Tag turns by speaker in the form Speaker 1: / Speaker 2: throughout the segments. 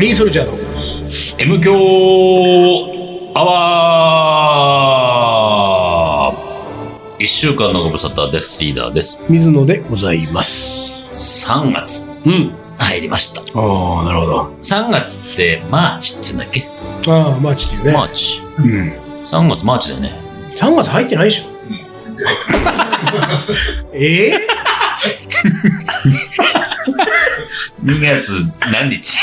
Speaker 1: リーソルジャーの
Speaker 2: M 強アワー一週間のご無沙汰です。リーダーです。
Speaker 1: 水野でございます。
Speaker 2: 3月
Speaker 1: うん。
Speaker 2: 入りました。
Speaker 1: ああ、なるほど。
Speaker 2: 3月ってマーチって言うんだっけ、
Speaker 1: ああ、マーチっていうね。
Speaker 2: マーチ。
Speaker 1: うん。
Speaker 2: 3月マーチだよね。
Speaker 1: 3月入ってないでしょ。ええ
Speaker 2: 2月 何日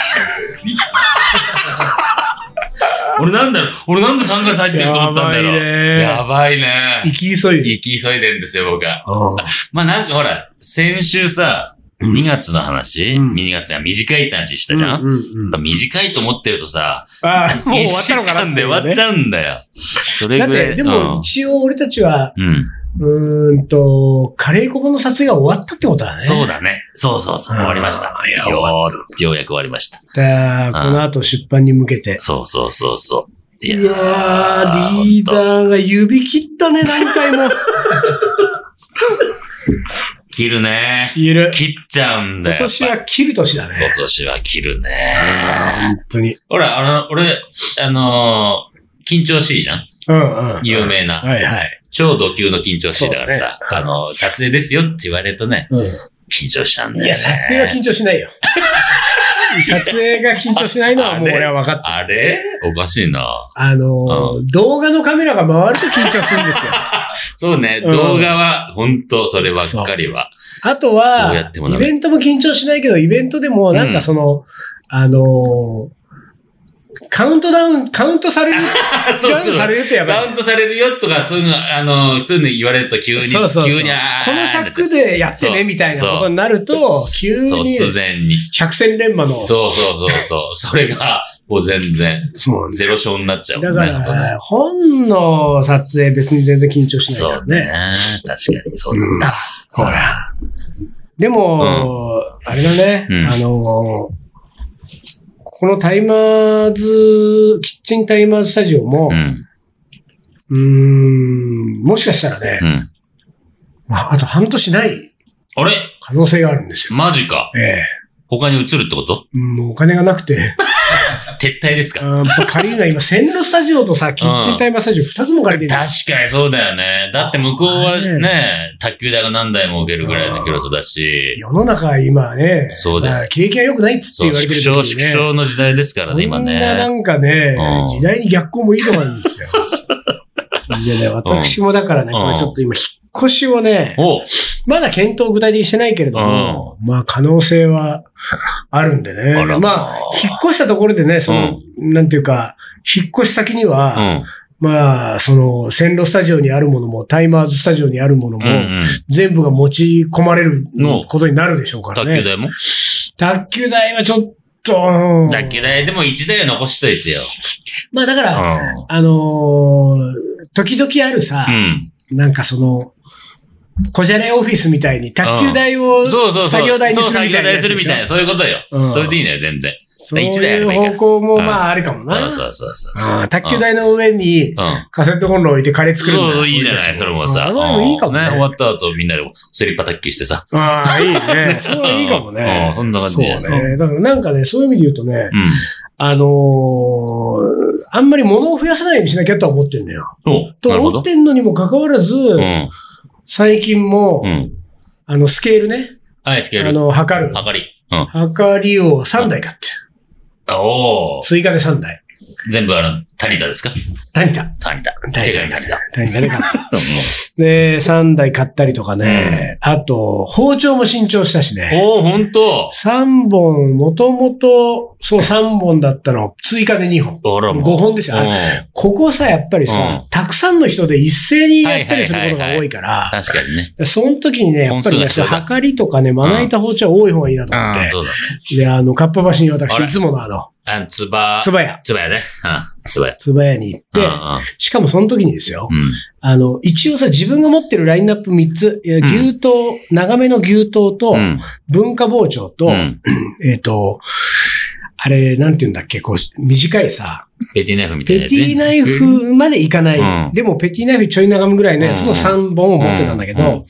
Speaker 2: 俺なんだろう俺なんで3月入ってると思ったんだろう
Speaker 1: ね。
Speaker 2: やばいね
Speaker 1: 行き急いで。
Speaker 2: 行き急いでんですよ、僕は。
Speaker 1: あ
Speaker 2: まあなんかほら、先週さ、
Speaker 1: うん
Speaker 2: 2月の話、
Speaker 1: うん
Speaker 2: 2月が短いって話したじゃん、
Speaker 1: うんうんうん
Speaker 2: やっぱ短いと思ってるとさ、
Speaker 1: ああ、もう終わったのかな
Speaker 2: 一週間で終わっちゃうんだよ。それ
Speaker 1: だっ
Speaker 2: ぐらい。
Speaker 1: て、でも一応俺たちは、
Speaker 2: うん、うん
Speaker 1: うーんと、カレーコブの撮影が終わったってことだね。
Speaker 2: そうだね。そうそうそう。
Speaker 1: うん
Speaker 2: 終わりました。
Speaker 1: いや
Speaker 2: よーようやく終わりました。
Speaker 1: だからこの後出版に向けて。
Speaker 2: そうそうそうそう。
Speaker 1: いやー、リー
Speaker 2: ほんと
Speaker 1: ダーが指切った ね、何回も。
Speaker 2: 切るね。
Speaker 1: 切る。
Speaker 2: 切っちゃうん
Speaker 1: 今
Speaker 2: だよ。やっぱ
Speaker 1: 年は切る年だね。
Speaker 2: 今年は切るね。
Speaker 1: 本当に。
Speaker 2: ほら、あの、俺、あのー緊張しいじゃん
Speaker 1: うんうん。
Speaker 2: 有名な。
Speaker 1: はいはい。
Speaker 2: 超度級の緊張しいだからさ、あの、撮影ですよって言われるとね、
Speaker 1: うん。
Speaker 2: 緊張したんだよ、ね。
Speaker 1: いや、撮影は緊張しない よ。撮影が緊張しないのはもう俺は分かった。
Speaker 2: あれおかしいな。
Speaker 1: あのー、動画のカメラが回ると緊張するん ですよ。
Speaker 2: そうね、
Speaker 1: うん
Speaker 2: 動画は、本当そればっかりは。
Speaker 1: あと
Speaker 2: ど
Speaker 1: は
Speaker 2: うやっても、ダ
Speaker 1: イ
Speaker 2: メ
Speaker 1: ベントも緊張しないけど、イベントでもなんかその、あのー、カウントダウン、カウントされる、
Speaker 2: あ そう
Speaker 1: ダウンさ
Speaker 2: そう。
Speaker 1: れるとやばい
Speaker 2: カ。ウントされるよとか、そういうの、あの、そういうの言われると急に、
Speaker 1: そうそうそう
Speaker 2: 急に、あー
Speaker 1: この尺でやってね、みたいなことになると、急に
Speaker 2: 突然に。
Speaker 1: 百戦錬磨の。
Speaker 2: そうそうそう そう。それが、もう全然、
Speaker 1: そうなん
Speaker 2: ゼロ勝になっちゃうも
Speaker 1: だ
Speaker 2: ん
Speaker 1: か、
Speaker 2: ね。なんから
Speaker 1: 本の撮影別に全然緊張しないか
Speaker 2: そ
Speaker 1: ら
Speaker 2: うね
Speaker 1: ね。。
Speaker 2: 確かに、そうなんだ。
Speaker 1: ほら。でも、あれだね、
Speaker 2: うん
Speaker 1: あのー、このタイマーズ、キッチンタイマーズスタジオも
Speaker 2: う、ん。
Speaker 1: うーん、もしかしたらね、
Speaker 2: うん。
Speaker 1: まあ、あと半年ない
Speaker 2: あれ
Speaker 1: 可能性があるんですよ。
Speaker 2: マジか。
Speaker 1: ええ。
Speaker 2: 他に移るってこと
Speaker 1: うんもうお金がなくて。
Speaker 2: 撤退ですか
Speaker 1: あーやっぱ借りるのは今、線路スタジオとさ、キッチンタイマースタジオ二つも借りてる。
Speaker 2: 確かにそうだよね。だって向こうは
Speaker 1: そうだ
Speaker 2: ね、卓球台が何台も置けるぐらいの広さだし、
Speaker 1: 世の中は今ね、
Speaker 2: そうだよ
Speaker 1: まあ景気が良くないっつって
Speaker 2: そう、
Speaker 1: 言われ
Speaker 2: 縮
Speaker 1: てる
Speaker 2: 小、
Speaker 1: 時に
Speaker 2: 縮
Speaker 1: ね。
Speaker 2: 小の時代ですからね、今
Speaker 1: こんなな
Speaker 2: ね。
Speaker 1: んかね、
Speaker 2: うん
Speaker 1: 時代に逆行もいいとこなんですよ。 でね、私もだからね、
Speaker 2: うん
Speaker 1: これちょっと今、引っ越しをね、
Speaker 2: おう
Speaker 1: まだ検討具体的にしてないけれども、まあ可能性はあるんでね
Speaker 2: あら。
Speaker 1: まあ、引っ越したところでね、その、なんていうか、引っ越し先には、
Speaker 2: うん。
Speaker 1: まあ、その、線路スタジオにあるものも、タイマーズスタジオにあるものも
Speaker 2: うん、うん。
Speaker 1: 全部が持ち込まれる
Speaker 2: の
Speaker 1: ことになるでしょうから
Speaker 2: 卓球
Speaker 1: ね。
Speaker 2: 台も
Speaker 1: 卓球台はちょっと、うん
Speaker 2: 卓球台でも1台は残しといてよ。
Speaker 1: まあだか
Speaker 2: う
Speaker 1: ら、
Speaker 2: ん。
Speaker 1: あのー時々あるさ、
Speaker 2: うん。
Speaker 1: なんかその、こじゃれオフィスみたいに卓球台
Speaker 2: そ
Speaker 1: を
Speaker 2: うそうそう。
Speaker 1: 作業台に
Speaker 2: そう
Speaker 1: する
Speaker 2: 作
Speaker 1: みたい
Speaker 2: 業
Speaker 1: なや
Speaker 2: 台
Speaker 1: つ
Speaker 2: す
Speaker 1: で
Speaker 2: るみ
Speaker 1: しょ
Speaker 2: たいな。そういうことよ。
Speaker 1: うん
Speaker 2: それでいいんだよ、全然。
Speaker 1: そう
Speaker 2: 一台あ
Speaker 1: い
Speaker 2: ればいいうから
Speaker 1: 方向も
Speaker 2: うん
Speaker 1: まああるかもな。
Speaker 2: そうそうそうそう。
Speaker 1: うん卓球台の上に
Speaker 2: うん。うん。
Speaker 1: カセットコンロ置いてカレー
Speaker 2: そ
Speaker 1: 作るんだ
Speaker 2: う、いいじゃない、それもさ。
Speaker 1: ああ
Speaker 2: うん
Speaker 1: いいかもね。
Speaker 2: 終わった後みんなでスリッパ卓球してさ。
Speaker 1: ああ、いい ね。それはいいかもね。
Speaker 2: うんうんそんな感じ
Speaker 1: そうね。だからなんかね、そういう意味で言うとね
Speaker 2: う、ん。
Speaker 1: あのーあんまり物を増やさないようにしなきゃとは思ってんだよ。
Speaker 2: お
Speaker 1: と
Speaker 2: なるほ
Speaker 1: 思っ
Speaker 2: ど。
Speaker 1: てんのにもかかわらず、
Speaker 2: うん。
Speaker 1: 最近も、
Speaker 2: うん。
Speaker 1: あの、スケールね。
Speaker 2: はい、スケー
Speaker 1: あ
Speaker 2: ル。
Speaker 1: の、測る。
Speaker 2: はかり。うん。
Speaker 1: 測りを3台買って。
Speaker 2: おお。
Speaker 1: 追加で3台。
Speaker 2: 全部あの、谷田ですか
Speaker 1: 谷田。
Speaker 2: 谷田。
Speaker 1: 谷田
Speaker 2: 世界の谷田。
Speaker 1: 谷田ね、買 った。
Speaker 2: う
Speaker 1: で、3台買ったりとかね。あと、包丁も新調したしね。
Speaker 2: んおお、ほんと。
Speaker 1: 3本、もともと、そう3本だったの、追加で2本。
Speaker 2: あら
Speaker 1: 5
Speaker 2: もう
Speaker 1: 本ですよ。あ
Speaker 2: うん
Speaker 1: ここさ、やっぱりさ、
Speaker 2: う
Speaker 1: たくさんの人で一斉にやったりすることが多いから、
Speaker 2: 確かにね。
Speaker 1: その時にね、やっぱりね、
Speaker 2: 本数が必要だ
Speaker 1: はかりとかね、まな板包丁は多い方がいいなと思っ
Speaker 2: うん、
Speaker 1: て。
Speaker 2: そうだね。
Speaker 1: で、あの、かっぱ橋に私、
Speaker 2: あら
Speaker 1: いつものあの、
Speaker 2: あ、つば、
Speaker 1: つば屋、
Speaker 2: つばやね。うん、つばや。
Speaker 1: つば屋に行って
Speaker 2: うん、
Speaker 1: しかもその時にですよ、
Speaker 2: うん、
Speaker 1: あの、一応さ、自分が持ってるラインナップ3つ、いや
Speaker 2: ん
Speaker 1: 牛刀、長めの牛刀と
Speaker 2: う、ん。
Speaker 1: 文化包丁と、
Speaker 2: うん。
Speaker 1: えっと、あれ、なんて言うんだっけ、こう、短いさ、
Speaker 2: ペティナイフみたいな
Speaker 1: ペ
Speaker 2: や
Speaker 1: テ
Speaker 2: つね。
Speaker 1: ィナイフまでいかない。
Speaker 2: うん
Speaker 1: でも、ペティナイフちょい長めぐらいのやつの3本を持ってたんだけど、
Speaker 2: うんうん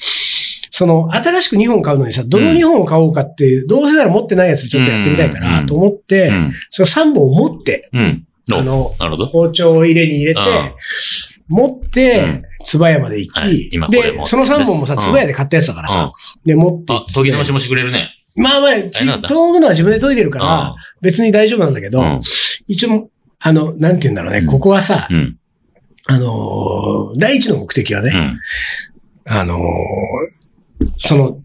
Speaker 1: その、新しく2本買うのにさ、どの2本を買おうかって、どうせなら持ってないやつちょっとやってみたいか
Speaker 2: う
Speaker 1: なんと思って
Speaker 2: う、ん。
Speaker 1: その3本を持って、
Speaker 2: うん。
Speaker 1: あ
Speaker 2: の
Speaker 1: の、
Speaker 2: なるほど。
Speaker 1: 包丁を入れに入れて
Speaker 2: うん、
Speaker 1: 持っ
Speaker 2: う
Speaker 1: て
Speaker 2: ん、
Speaker 1: つばやまで行
Speaker 2: はい
Speaker 1: き
Speaker 2: 今、これ持って
Speaker 1: で、
Speaker 2: ます
Speaker 1: その3本もさ、
Speaker 2: うん
Speaker 1: つばやで買ったやつだからさ、で、持って行
Speaker 2: あ
Speaker 1: っ、て
Speaker 2: 研ぎ直しもしてくれるね。
Speaker 1: まあまあ、ち
Speaker 2: あれなんだ
Speaker 1: 研ぐのは自分で研いでるか
Speaker 2: う
Speaker 1: ら、別に大丈夫なんだけど、
Speaker 2: ん。
Speaker 1: 一応、あの、なんて言うんだろうね、
Speaker 2: うん
Speaker 1: ここはさ、
Speaker 2: うん。
Speaker 1: あのー第一の目的はね、あのーその、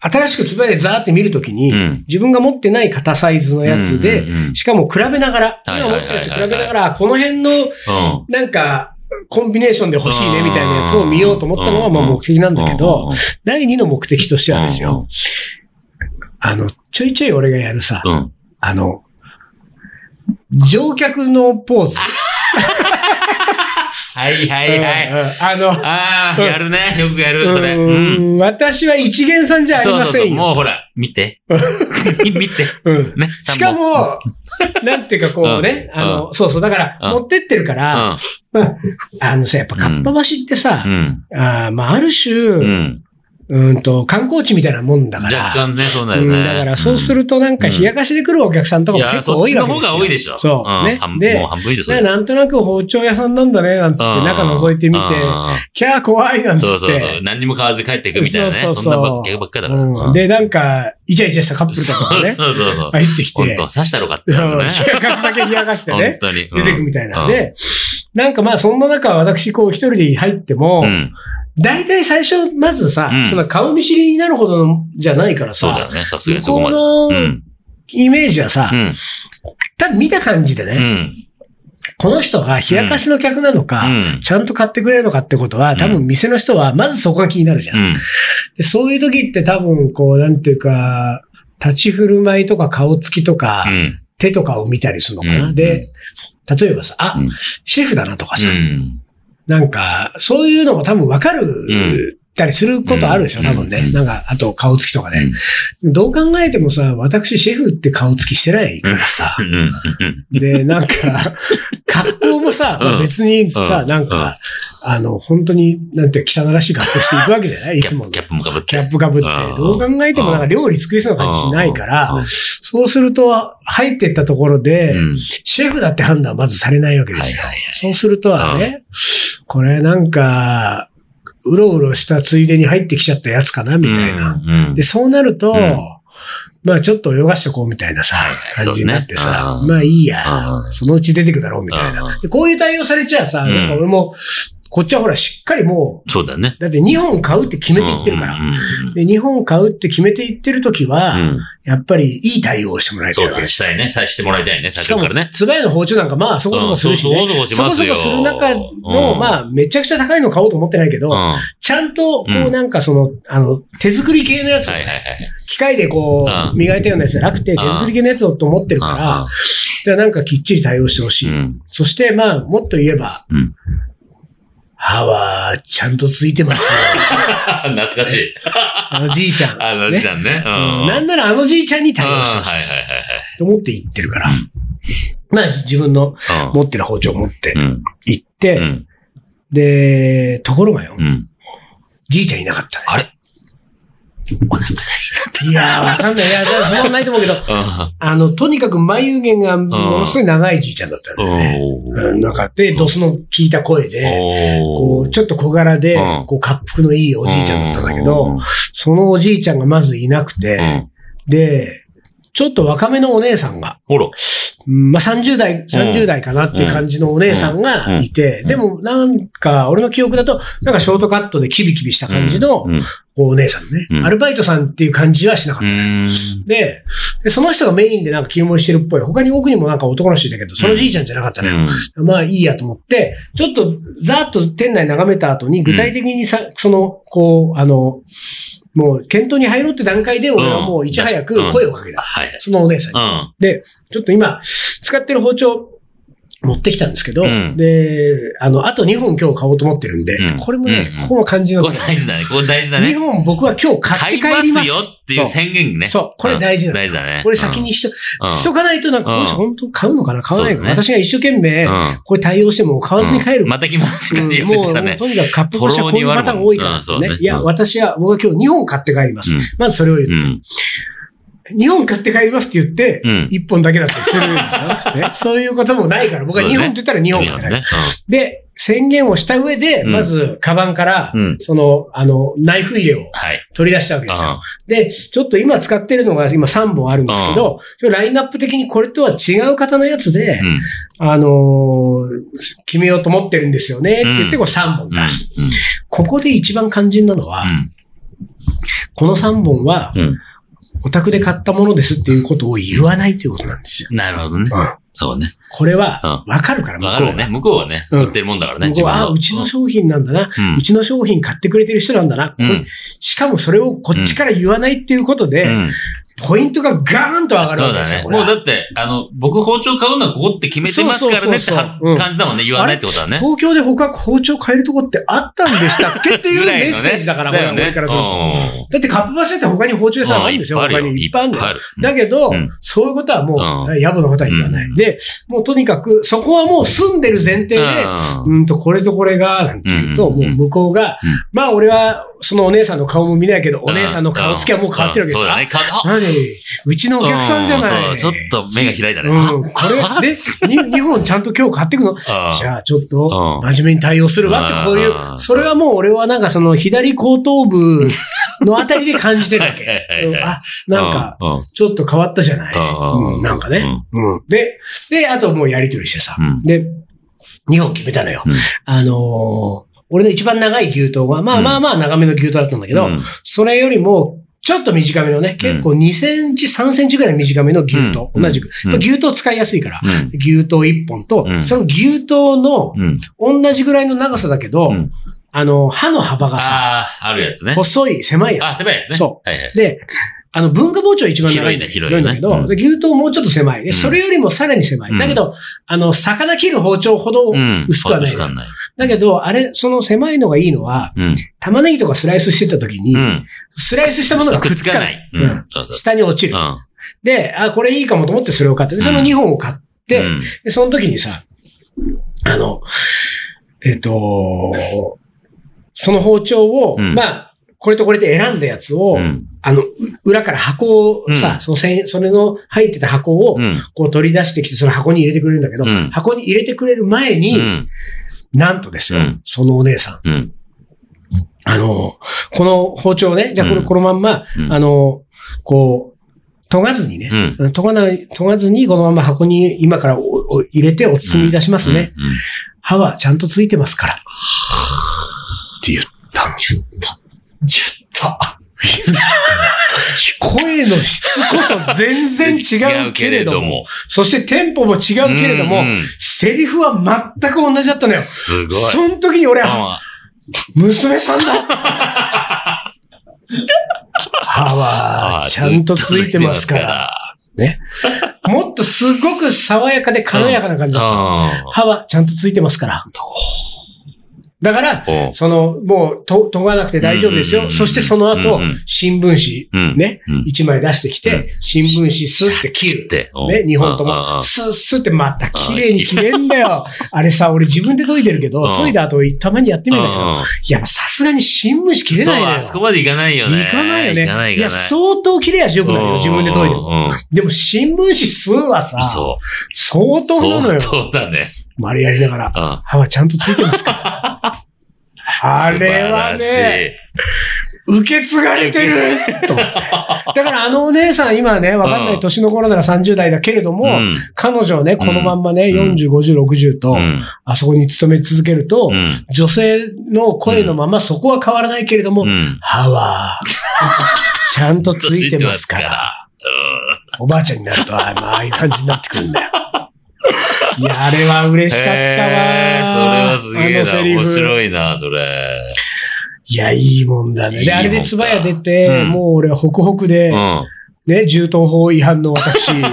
Speaker 1: 新しくつばやでザーって見るときに、
Speaker 2: うん
Speaker 1: 自分が持ってない型サイズの
Speaker 2: うん。
Speaker 1: やつで、
Speaker 2: うんうんうん
Speaker 1: しかも比べながら、
Speaker 2: はい
Speaker 1: 今
Speaker 2: はいは
Speaker 1: 持
Speaker 2: いはい
Speaker 1: ってるやつ比べながら、この辺の、
Speaker 2: うん。
Speaker 1: なんか、コンビネーションで欲しいねみたいなやつを見ようと思ったのは、
Speaker 2: うん
Speaker 1: まあ目的なんだけ
Speaker 2: うんうん
Speaker 1: ど
Speaker 2: うん、
Speaker 1: 第二の目的としてはですよ、あの、ちょいちょい俺がやるさ、
Speaker 2: うん。うん
Speaker 1: あの、乗客のポーズ。
Speaker 2: はいはいはい。
Speaker 1: うんうんあの、
Speaker 2: ああ、やるね。よくやる、それ。
Speaker 1: う
Speaker 2: うん。
Speaker 1: ーん私は一元さんじゃあり
Speaker 2: そう
Speaker 1: ま
Speaker 2: そう
Speaker 1: せ
Speaker 2: そう。
Speaker 1: んよ。
Speaker 2: もうほら、見て。 見て。
Speaker 1: うん
Speaker 2: ね。
Speaker 1: しかも、なんていうかこうね、
Speaker 2: うん
Speaker 1: あの、そうそう、だから、
Speaker 2: うん
Speaker 1: 持ってってるから、
Speaker 2: 三
Speaker 1: まあ、あのさ、やっぱ、かっぱ橋ってさ、
Speaker 2: 本。うん。
Speaker 1: あーまあ、ある種、
Speaker 2: う。
Speaker 1: うんーんと、観光地みたいなもんだから、
Speaker 2: 若干ね、そうだよ
Speaker 1: うん
Speaker 2: ね。
Speaker 1: だから、そうするとなんか、
Speaker 2: うん
Speaker 1: 冷やかしで来るお客さんと
Speaker 2: い
Speaker 1: かも
Speaker 2: や、
Speaker 1: 結構多いわけ
Speaker 2: そ
Speaker 1: で
Speaker 2: っち
Speaker 1: す
Speaker 2: の
Speaker 1: よ。
Speaker 2: 方が多いでしょ。
Speaker 1: そうんね
Speaker 2: 半
Speaker 1: で
Speaker 2: もう半分以上
Speaker 1: だからなんとなく包丁屋さんなんだね、なんつって
Speaker 2: うん
Speaker 1: 中覗いてみて、
Speaker 2: う
Speaker 1: キャー怖いなん
Speaker 2: ん
Speaker 1: つ
Speaker 2: そう
Speaker 1: っ
Speaker 2: そうそう。
Speaker 1: て。
Speaker 2: 何にも買わず帰っていくみたいなね。
Speaker 1: そ
Speaker 2: そう
Speaker 1: そうそうん
Speaker 2: なばっかばっかだから。
Speaker 1: うんで、なんか、イチャイチャしたカップルとか
Speaker 2: そ
Speaker 1: も
Speaker 2: う
Speaker 1: ね、
Speaker 2: そうそうそう。
Speaker 1: 入ってきて、
Speaker 2: 本
Speaker 1: うん
Speaker 2: 当刺したろかっ て
Speaker 1: 冷
Speaker 2: やつね。
Speaker 1: やかすだけ冷やかして
Speaker 2: 本
Speaker 1: ね、
Speaker 2: 当に。
Speaker 1: 出てくみたいなん
Speaker 2: うん
Speaker 1: で、なんかまあ、そんな中、私、こう、一人で入っても
Speaker 2: う、ん。
Speaker 1: 大体最初、まずさ
Speaker 2: うん、
Speaker 1: その顔見知りになるほどのじゃないから
Speaker 2: そうだ
Speaker 1: さ
Speaker 2: よ、ね。さすが
Speaker 1: 向
Speaker 2: にそこ
Speaker 1: こ
Speaker 2: まで。
Speaker 1: う
Speaker 2: う
Speaker 1: の
Speaker 2: ん。
Speaker 1: イメージはさ
Speaker 2: う、ん。
Speaker 1: 多分見た感じで
Speaker 2: う
Speaker 1: ね、
Speaker 2: ん。
Speaker 1: この人が冷やかしの客なのか、
Speaker 2: うん。
Speaker 1: ちゃんと買ってくれるのかってことは、多分店の人は、まずそこが気になるじゃん。
Speaker 2: うん。
Speaker 1: でそういう時って多分、こう、なんていうか、立ち振る舞いとか顔つきとか、
Speaker 2: うん。
Speaker 1: 手とかを見たりするのかな。
Speaker 2: うん
Speaker 1: で、例えばさ、あ、
Speaker 2: うん
Speaker 1: シェフだなとか
Speaker 2: う
Speaker 1: さ、
Speaker 2: ん。
Speaker 1: なんか、そういうのも多分わかる、
Speaker 2: ん
Speaker 1: たりすることあるでしょ、
Speaker 2: うん
Speaker 1: 多分ね。
Speaker 2: うん
Speaker 1: なんか、あと顔つきとかね。どう考えてもさ、私シェフって顔つきしてないからさ。
Speaker 2: うん。うん。
Speaker 1: で、なんか、格好もさ、まあ
Speaker 2: うん
Speaker 1: 別にさ、
Speaker 2: うん
Speaker 1: なんか、あの、本当に、なんていうか汚らしい格好していくわけじゃないい
Speaker 2: キャ
Speaker 1: つも
Speaker 2: ッ
Speaker 1: の
Speaker 2: プキャップもかぶって。
Speaker 1: キャップかぶって
Speaker 2: うん。
Speaker 1: どう考えてもなんか料理作りそうな感じしないから
Speaker 2: う、ん
Speaker 1: そうすると、入ってったところで、
Speaker 2: うん。
Speaker 1: シェフだって判断はまずされないわけですよ
Speaker 2: はいはいは。
Speaker 1: そうするとはね、これなんか、うろうろしたついでに入ってきちゃったやつかな、みたいな。
Speaker 2: うん。
Speaker 1: で、そうなると、
Speaker 2: うん
Speaker 1: まあちょっと泳がしとこうみたいなさ
Speaker 2: はいは、い
Speaker 1: 感じになって
Speaker 2: そう
Speaker 1: さ、
Speaker 2: ねうん
Speaker 1: まあいいや、
Speaker 2: うん
Speaker 1: そのうち出てくだろうみたいな
Speaker 2: う。
Speaker 1: でこういう対応されちゃあさ、
Speaker 2: うん
Speaker 1: なんか俺も、こっちはほらしっかりも
Speaker 2: そうだね。
Speaker 1: う、だって2本買うって決めていってるから
Speaker 2: うん。
Speaker 1: で、2本買うって決めていってるときは、
Speaker 2: うんうんうん
Speaker 1: やっぱりいい対応をしてもらいたい
Speaker 2: そう
Speaker 1: わ
Speaker 2: だ
Speaker 1: け
Speaker 2: ね。
Speaker 1: で
Speaker 2: したいね。さしてもらいたいね。最
Speaker 1: す。しか
Speaker 2: 初
Speaker 1: も
Speaker 2: からね、。
Speaker 1: つばやの包丁なんかまあそこそこするしね。
Speaker 2: うんそうそこそこし
Speaker 1: そ
Speaker 2: ま
Speaker 1: こそ
Speaker 2: す
Speaker 1: こ
Speaker 2: よ。
Speaker 1: する中の、
Speaker 2: うん
Speaker 1: まあ、めちゃくちゃ高いの買おうと思ってないけど、
Speaker 2: うん
Speaker 1: ちゃんと、こ
Speaker 2: う
Speaker 1: う、
Speaker 2: ん
Speaker 1: なんかその、あの、手作り系のやつを
Speaker 2: は
Speaker 1: ね、
Speaker 2: いはいはい。
Speaker 1: 機械でこ
Speaker 2: う
Speaker 1: う、
Speaker 2: ん
Speaker 1: 磨いたようなやつじゃなくて、
Speaker 2: うん
Speaker 1: 手作り系のやつをと思ってるから、じゃあなんかきっちり対応してほしい。
Speaker 2: うん。
Speaker 1: そして、まあ、もっと言えば、
Speaker 2: うん
Speaker 1: 歯は、ちゃんとついてますよ。
Speaker 2: 懐かしい。
Speaker 1: あのじいちゃん。
Speaker 2: あの時
Speaker 1: ね
Speaker 2: 代ね。う
Speaker 1: うん
Speaker 2: ん。
Speaker 1: なんならあのじいちゃんに対応して
Speaker 2: うん
Speaker 1: ほしい
Speaker 2: はいはいはい
Speaker 1: と思って行ってるから。まあ、自分の
Speaker 2: はい。
Speaker 1: 持ってる包丁を持って
Speaker 2: うん。うん。
Speaker 1: 行って、
Speaker 2: うん
Speaker 1: で、ところがよ、
Speaker 2: うん。
Speaker 1: じいちゃんいなかったね。
Speaker 2: あれ
Speaker 1: いやー、わかんない。いや、そんなことないと思うけど、
Speaker 2: うん
Speaker 1: あの、とにかく眉毛がものすごい長いじいちゃんだったね。
Speaker 2: おー
Speaker 1: うん、なんかで、ドスの効いた声で、こ
Speaker 2: お
Speaker 1: う、
Speaker 2: ー
Speaker 1: ちょっと小柄で
Speaker 2: う、ん
Speaker 1: こう、滑腹のいいおじいちゃんだったんだけ
Speaker 2: うん
Speaker 1: ど、そのおじいちゃんがまずいなく
Speaker 2: う
Speaker 1: て、
Speaker 2: ん。
Speaker 1: で、ちょっと若めのお姉さんが、
Speaker 2: ほら。
Speaker 1: うんまあ、30代、30代かなっていう感じのお姉さんがいて、
Speaker 2: うん
Speaker 1: でもなんか、俺の記憶だと、なんかショートカットでキビキビした感じの、
Speaker 2: うん。
Speaker 1: こうお姉さんね、
Speaker 2: うん
Speaker 1: アルバイトさんっていう感じはしなかった。で、でその人がメインでなんか切り盛りしてるっぽい。他に奥にもなんか男の人いたけど、そのじいちゃんじゃなかったね。まあいいやと思って、ちょっとざーっと店内眺めた後に、具体的にさ、その、こう、あの、もう検討に入ろうって段階で、俺はもういち早く声をかけた。
Speaker 2: はいはい。
Speaker 1: そのお姉さんに。
Speaker 2: うん。
Speaker 1: で、ちょっと今、使ってる包丁、持ってきたんですけど、
Speaker 2: うん
Speaker 1: で、あの、あと2本今日買おうと思ってるんで、
Speaker 2: うん
Speaker 1: これもね、
Speaker 2: うん
Speaker 1: ここも肝心な
Speaker 2: ことこ
Speaker 1: ころ
Speaker 2: 大事だね。ここ大事だ
Speaker 1: 2
Speaker 2: ね。
Speaker 1: 本僕は今日買
Speaker 2: 買
Speaker 1: っ
Speaker 2: い
Speaker 1: て帰りま。
Speaker 2: ますすよっていう宣言ね。
Speaker 1: そうそうこれ大事な
Speaker 2: うん
Speaker 1: の
Speaker 2: 大事だね。
Speaker 1: これ先にしと、
Speaker 2: うん、
Speaker 1: しとかないとなんか、
Speaker 2: う
Speaker 1: こ
Speaker 2: ん
Speaker 1: の人本当買うのかな買わないのかな、
Speaker 2: そうだね
Speaker 1: 私が一生懸命、
Speaker 2: うん
Speaker 1: これ対応しても買わずに帰る
Speaker 2: うんまた来ますって
Speaker 1: うん
Speaker 2: 言
Speaker 1: もう
Speaker 2: ってた
Speaker 1: も
Speaker 2: ね
Speaker 1: う。とにかくカップとしてはこういうパターンが多いからです
Speaker 2: うん
Speaker 1: ね
Speaker 2: そう。ね
Speaker 1: いや、
Speaker 2: うん
Speaker 1: 私は、僕は今日2本買って帰ります。まずそれを言う
Speaker 2: う。ん。
Speaker 1: 2本買って帰りますって言って、
Speaker 2: うん
Speaker 1: 1本だけだったりするん ですよ、ね。そういうこともないから、僕は2本って言ったら2本買って帰る。
Speaker 2: ね。
Speaker 1: で、宣言をした上で、
Speaker 2: うん
Speaker 1: まず、カバンから
Speaker 2: うん、
Speaker 1: その、あの、ナイフ入れを
Speaker 2: はい。
Speaker 1: 取り出したわけですよ。で、ちょっと今使ってるのが今3本あるんですけど、ちょラインナップ的にこれとは違う方のやつで
Speaker 2: う、ん。
Speaker 1: あのー決めようと思ってるんですよねって言って、こう3本出す。
Speaker 2: うん。
Speaker 1: ここで一番肝心なのは、この3本は
Speaker 2: うん。
Speaker 1: お宅で買ったものですっていうことを言わないということなんですよ。
Speaker 2: うん。なるほどね
Speaker 1: うん。
Speaker 2: そうね。
Speaker 1: これは、わかるから、向
Speaker 2: わ
Speaker 1: こ
Speaker 2: か
Speaker 1: う
Speaker 2: る
Speaker 1: は
Speaker 2: よね。向こうはね、
Speaker 1: うん
Speaker 2: 売ってるもんだからね、
Speaker 1: 向こうはあ、うちの商品なんだな。
Speaker 2: うん
Speaker 1: うちの商品買ってくれてる人なんだな。これ
Speaker 2: うん
Speaker 1: しかもそれをこっちから言わないっていうことで、
Speaker 2: うん。
Speaker 1: ポイントがガーンと上がる
Speaker 2: そ
Speaker 1: わけで
Speaker 2: うだ
Speaker 1: すよ。
Speaker 2: ね。
Speaker 1: これ
Speaker 2: も
Speaker 1: は
Speaker 2: うだって、あの、僕包丁買うのはここって決めてますからねっ
Speaker 1: そうそうそうそうう
Speaker 2: て
Speaker 1: ん
Speaker 2: 感じだもんね。言わないってことはね。
Speaker 1: 東京で他包丁買えるとこってあったんでしたっけっていう
Speaker 2: ぐら
Speaker 1: メ
Speaker 2: い
Speaker 1: ッ
Speaker 2: のね
Speaker 1: セージだから、こ
Speaker 2: だ
Speaker 1: れ
Speaker 2: よ
Speaker 1: は
Speaker 2: ね。
Speaker 1: 俺からすると。
Speaker 2: うん
Speaker 1: だってカップバスって他に包丁屋さんあるんですよ。
Speaker 2: うんいっ
Speaker 1: 他
Speaker 2: ぱいあるよ
Speaker 1: にいっぱいあるんだよ
Speaker 2: いっぱいあるうん
Speaker 1: だけど、
Speaker 2: うん
Speaker 1: そういうことはもう、
Speaker 2: う
Speaker 1: 野暮なことは言わない。
Speaker 2: うん
Speaker 1: で、もうとにかく、そこはもう住んでる前提で、
Speaker 2: うん
Speaker 1: うんと、これとこれが、なんて言うと、
Speaker 2: うん
Speaker 1: もう向こうが、
Speaker 2: うん
Speaker 1: まあ俺は、そのお姉さんの顔も見ないけど、お姉さんの顔つきはもう変わってるわけですよ。
Speaker 2: うんそうだね。顔あ
Speaker 1: あ何うちのお客さんじゃない。
Speaker 2: うんそうちょっと目が開いたね。
Speaker 1: うん、これ で、2本ちゃんと今日買ってくのじゃあちょっと、
Speaker 2: うん
Speaker 1: 真面目に対応するわって、こういう
Speaker 2: う、ん
Speaker 1: それはもう俺はなんかその左後頭部のあたりで感じてるわ
Speaker 2: はいはい
Speaker 1: け。
Speaker 2: はい
Speaker 1: うん
Speaker 2: はい
Speaker 1: あ、なんか、
Speaker 2: うん、うん
Speaker 1: ちょっと変わったじゃない。
Speaker 2: うん
Speaker 1: うんなんかね。うんで、で、あともうやりとりしてさ。
Speaker 2: うん
Speaker 1: で、2本決めたのよ
Speaker 2: うん。
Speaker 1: あのー、俺の一番長い牛刀が、まあまあまあ長めの牛刀だったんだけど
Speaker 2: うん、
Speaker 1: それよりも、ちょっと短めのね、結構2センチ、3センチぐらい短めの牛刀、
Speaker 2: うん
Speaker 1: 同じく。
Speaker 2: うん
Speaker 1: やっぱ牛刀使いやすいから、
Speaker 2: うん
Speaker 1: 牛刀1本と、
Speaker 2: うん
Speaker 1: その牛刀の
Speaker 2: うん。
Speaker 1: 同じぐらいの長さだけど、
Speaker 2: うん
Speaker 1: あの、刃の幅がさ、
Speaker 2: ああ、あるやつね。
Speaker 1: 細い、狭いや
Speaker 2: あ、
Speaker 1: つ。
Speaker 2: 狭いやつね。。
Speaker 1: そう
Speaker 2: はいはい。
Speaker 1: で、あの、文化包丁一番長いんだ
Speaker 2: 広いんだ広いんだ
Speaker 1: んだ
Speaker 2: ね
Speaker 1: けど、
Speaker 2: うん
Speaker 1: で牛刀もうちょっと狭い。で、
Speaker 2: うん
Speaker 1: それよりもさらに狭い。
Speaker 2: うん
Speaker 1: だけど、あの、魚切る包丁ほど
Speaker 2: うん
Speaker 1: 薄くはない。
Speaker 2: 薄くはない。
Speaker 1: だけど、あれ、その狭いのがいいのは、
Speaker 2: うん。
Speaker 1: 玉ねぎとかスライスしてた時に、
Speaker 2: うん。
Speaker 1: スライスしたものが
Speaker 2: く
Speaker 1: く
Speaker 2: っ
Speaker 1: っ
Speaker 2: つ
Speaker 1: つ
Speaker 2: か
Speaker 1: か
Speaker 2: な
Speaker 1: ないい。。
Speaker 2: うん。そうそう。
Speaker 1: 下に落ち
Speaker 2: う
Speaker 1: る。
Speaker 2: ん。
Speaker 1: で、あ、これいいかもと思ってそれを買って、でその2本を買って、
Speaker 2: うん
Speaker 1: で、その時にさ、あの、えっと、その包丁を、
Speaker 2: うん
Speaker 1: まあ、これとこれで選んだやつを、
Speaker 2: うん
Speaker 1: あの、う裏から箱をさ、
Speaker 2: うん
Speaker 1: そのせん、それの入ってた箱を、
Speaker 2: うん。
Speaker 1: こう取り出してきて、その箱に入れてくれるんだけど、
Speaker 2: うん
Speaker 1: 箱に入れてくれる前に、
Speaker 2: うん。
Speaker 1: なんとですよ、
Speaker 2: うん
Speaker 1: そのお姉さん。
Speaker 2: うん。
Speaker 1: あの、この包丁ね、じゃあこれ、
Speaker 2: うん
Speaker 1: このまんま、
Speaker 2: うん
Speaker 1: あの、こう、研がずにね、研がない、研がずにこのまま箱に今からおお入れてお包み出しますね。
Speaker 2: うん。うん
Speaker 1: 歯はちゃんとついてますから。って言ったの。言った。
Speaker 2: ちょっと。
Speaker 1: 声の質こそ全然 違うけれども、
Speaker 2: 違う
Speaker 1: そしてテンポも違うけれども、
Speaker 2: うんうん
Speaker 1: セリフは全く同じだったのよ。
Speaker 2: すごい。
Speaker 1: その時に俺は、
Speaker 2: う
Speaker 1: 娘さん だ歯は
Speaker 2: ん
Speaker 1: ちゃんとついてますから。。ね。もっとすごく爽やかで軽やかな感じだった。
Speaker 2: あ
Speaker 1: 歯はちゃんとついてますから。だから、
Speaker 2: あ。
Speaker 1: その、もう、と、研がなくて大丈夫です
Speaker 2: うんうん
Speaker 1: よ。
Speaker 2: うん
Speaker 1: そしてその後
Speaker 2: うんうん、
Speaker 1: 新聞
Speaker 2: うん
Speaker 1: 紙、ね
Speaker 2: うん、
Speaker 1: 一枚出してきて、新聞紙スッて切
Speaker 2: っ
Speaker 1: る。
Speaker 2: て。
Speaker 1: ね、日本と
Speaker 2: うんうんう
Speaker 1: も、
Speaker 2: ん
Speaker 1: スッスッてまた綺麗に切れんだ よ。あれさ、俺自分で研いでるけ
Speaker 2: う
Speaker 1: ど
Speaker 2: ん、
Speaker 1: 研いだ後、たまにやってみるんだけど
Speaker 2: うんうん、
Speaker 1: いや、さすがに新聞紙切れ
Speaker 2: そう、
Speaker 1: ないのよ。
Speaker 2: あそこまでいかないよね。
Speaker 1: いかないよ
Speaker 2: いかない、
Speaker 1: ね。
Speaker 2: い
Speaker 1: いや、
Speaker 2: かない。
Speaker 1: 相当切れ味良くなるよ、自分で研いでも。
Speaker 2: うんうんうん
Speaker 1: でも、新聞紙数はさ、
Speaker 2: そ
Speaker 1: 相
Speaker 2: う。
Speaker 1: 当なのよ。
Speaker 2: そうだね。
Speaker 1: あれやりながら、
Speaker 2: うん。
Speaker 1: 歯はちゃんとついてますから。 あれは
Speaker 2: 素晴ら
Speaker 1: ね、受け継がれてると思ってだからあのお姉さん、今ね、わかんな
Speaker 2: うん
Speaker 1: い年の頃なら30代だけれども、
Speaker 2: うん
Speaker 1: 彼女をね、このまんまね、
Speaker 2: うん
Speaker 1: 40、50、60と、
Speaker 2: うん
Speaker 1: あそこに勤め続けると、
Speaker 2: うん
Speaker 1: 女性の声のままそこは変わらないけれども、
Speaker 2: うん
Speaker 1: 歯は、ちゃんとついてますから。おばあちゃんになると、あまあ、ああいう感じになってくるんだよ。いや、あれは嬉しかったわ
Speaker 2: へーそれはすげえ
Speaker 1: あのセ
Speaker 2: な。
Speaker 1: リフ
Speaker 2: 面白いな、それ。
Speaker 1: いや、いいもんだ
Speaker 2: い
Speaker 1: ね。
Speaker 2: いもん
Speaker 1: で、
Speaker 2: か
Speaker 1: あれで唾屋出て、
Speaker 2: うん
Speaker 1: もう俺、ホクホクで、
Speaker 2: うん。
Speaker 1: ね、銃刀法違反の私、
Speaker 2: 5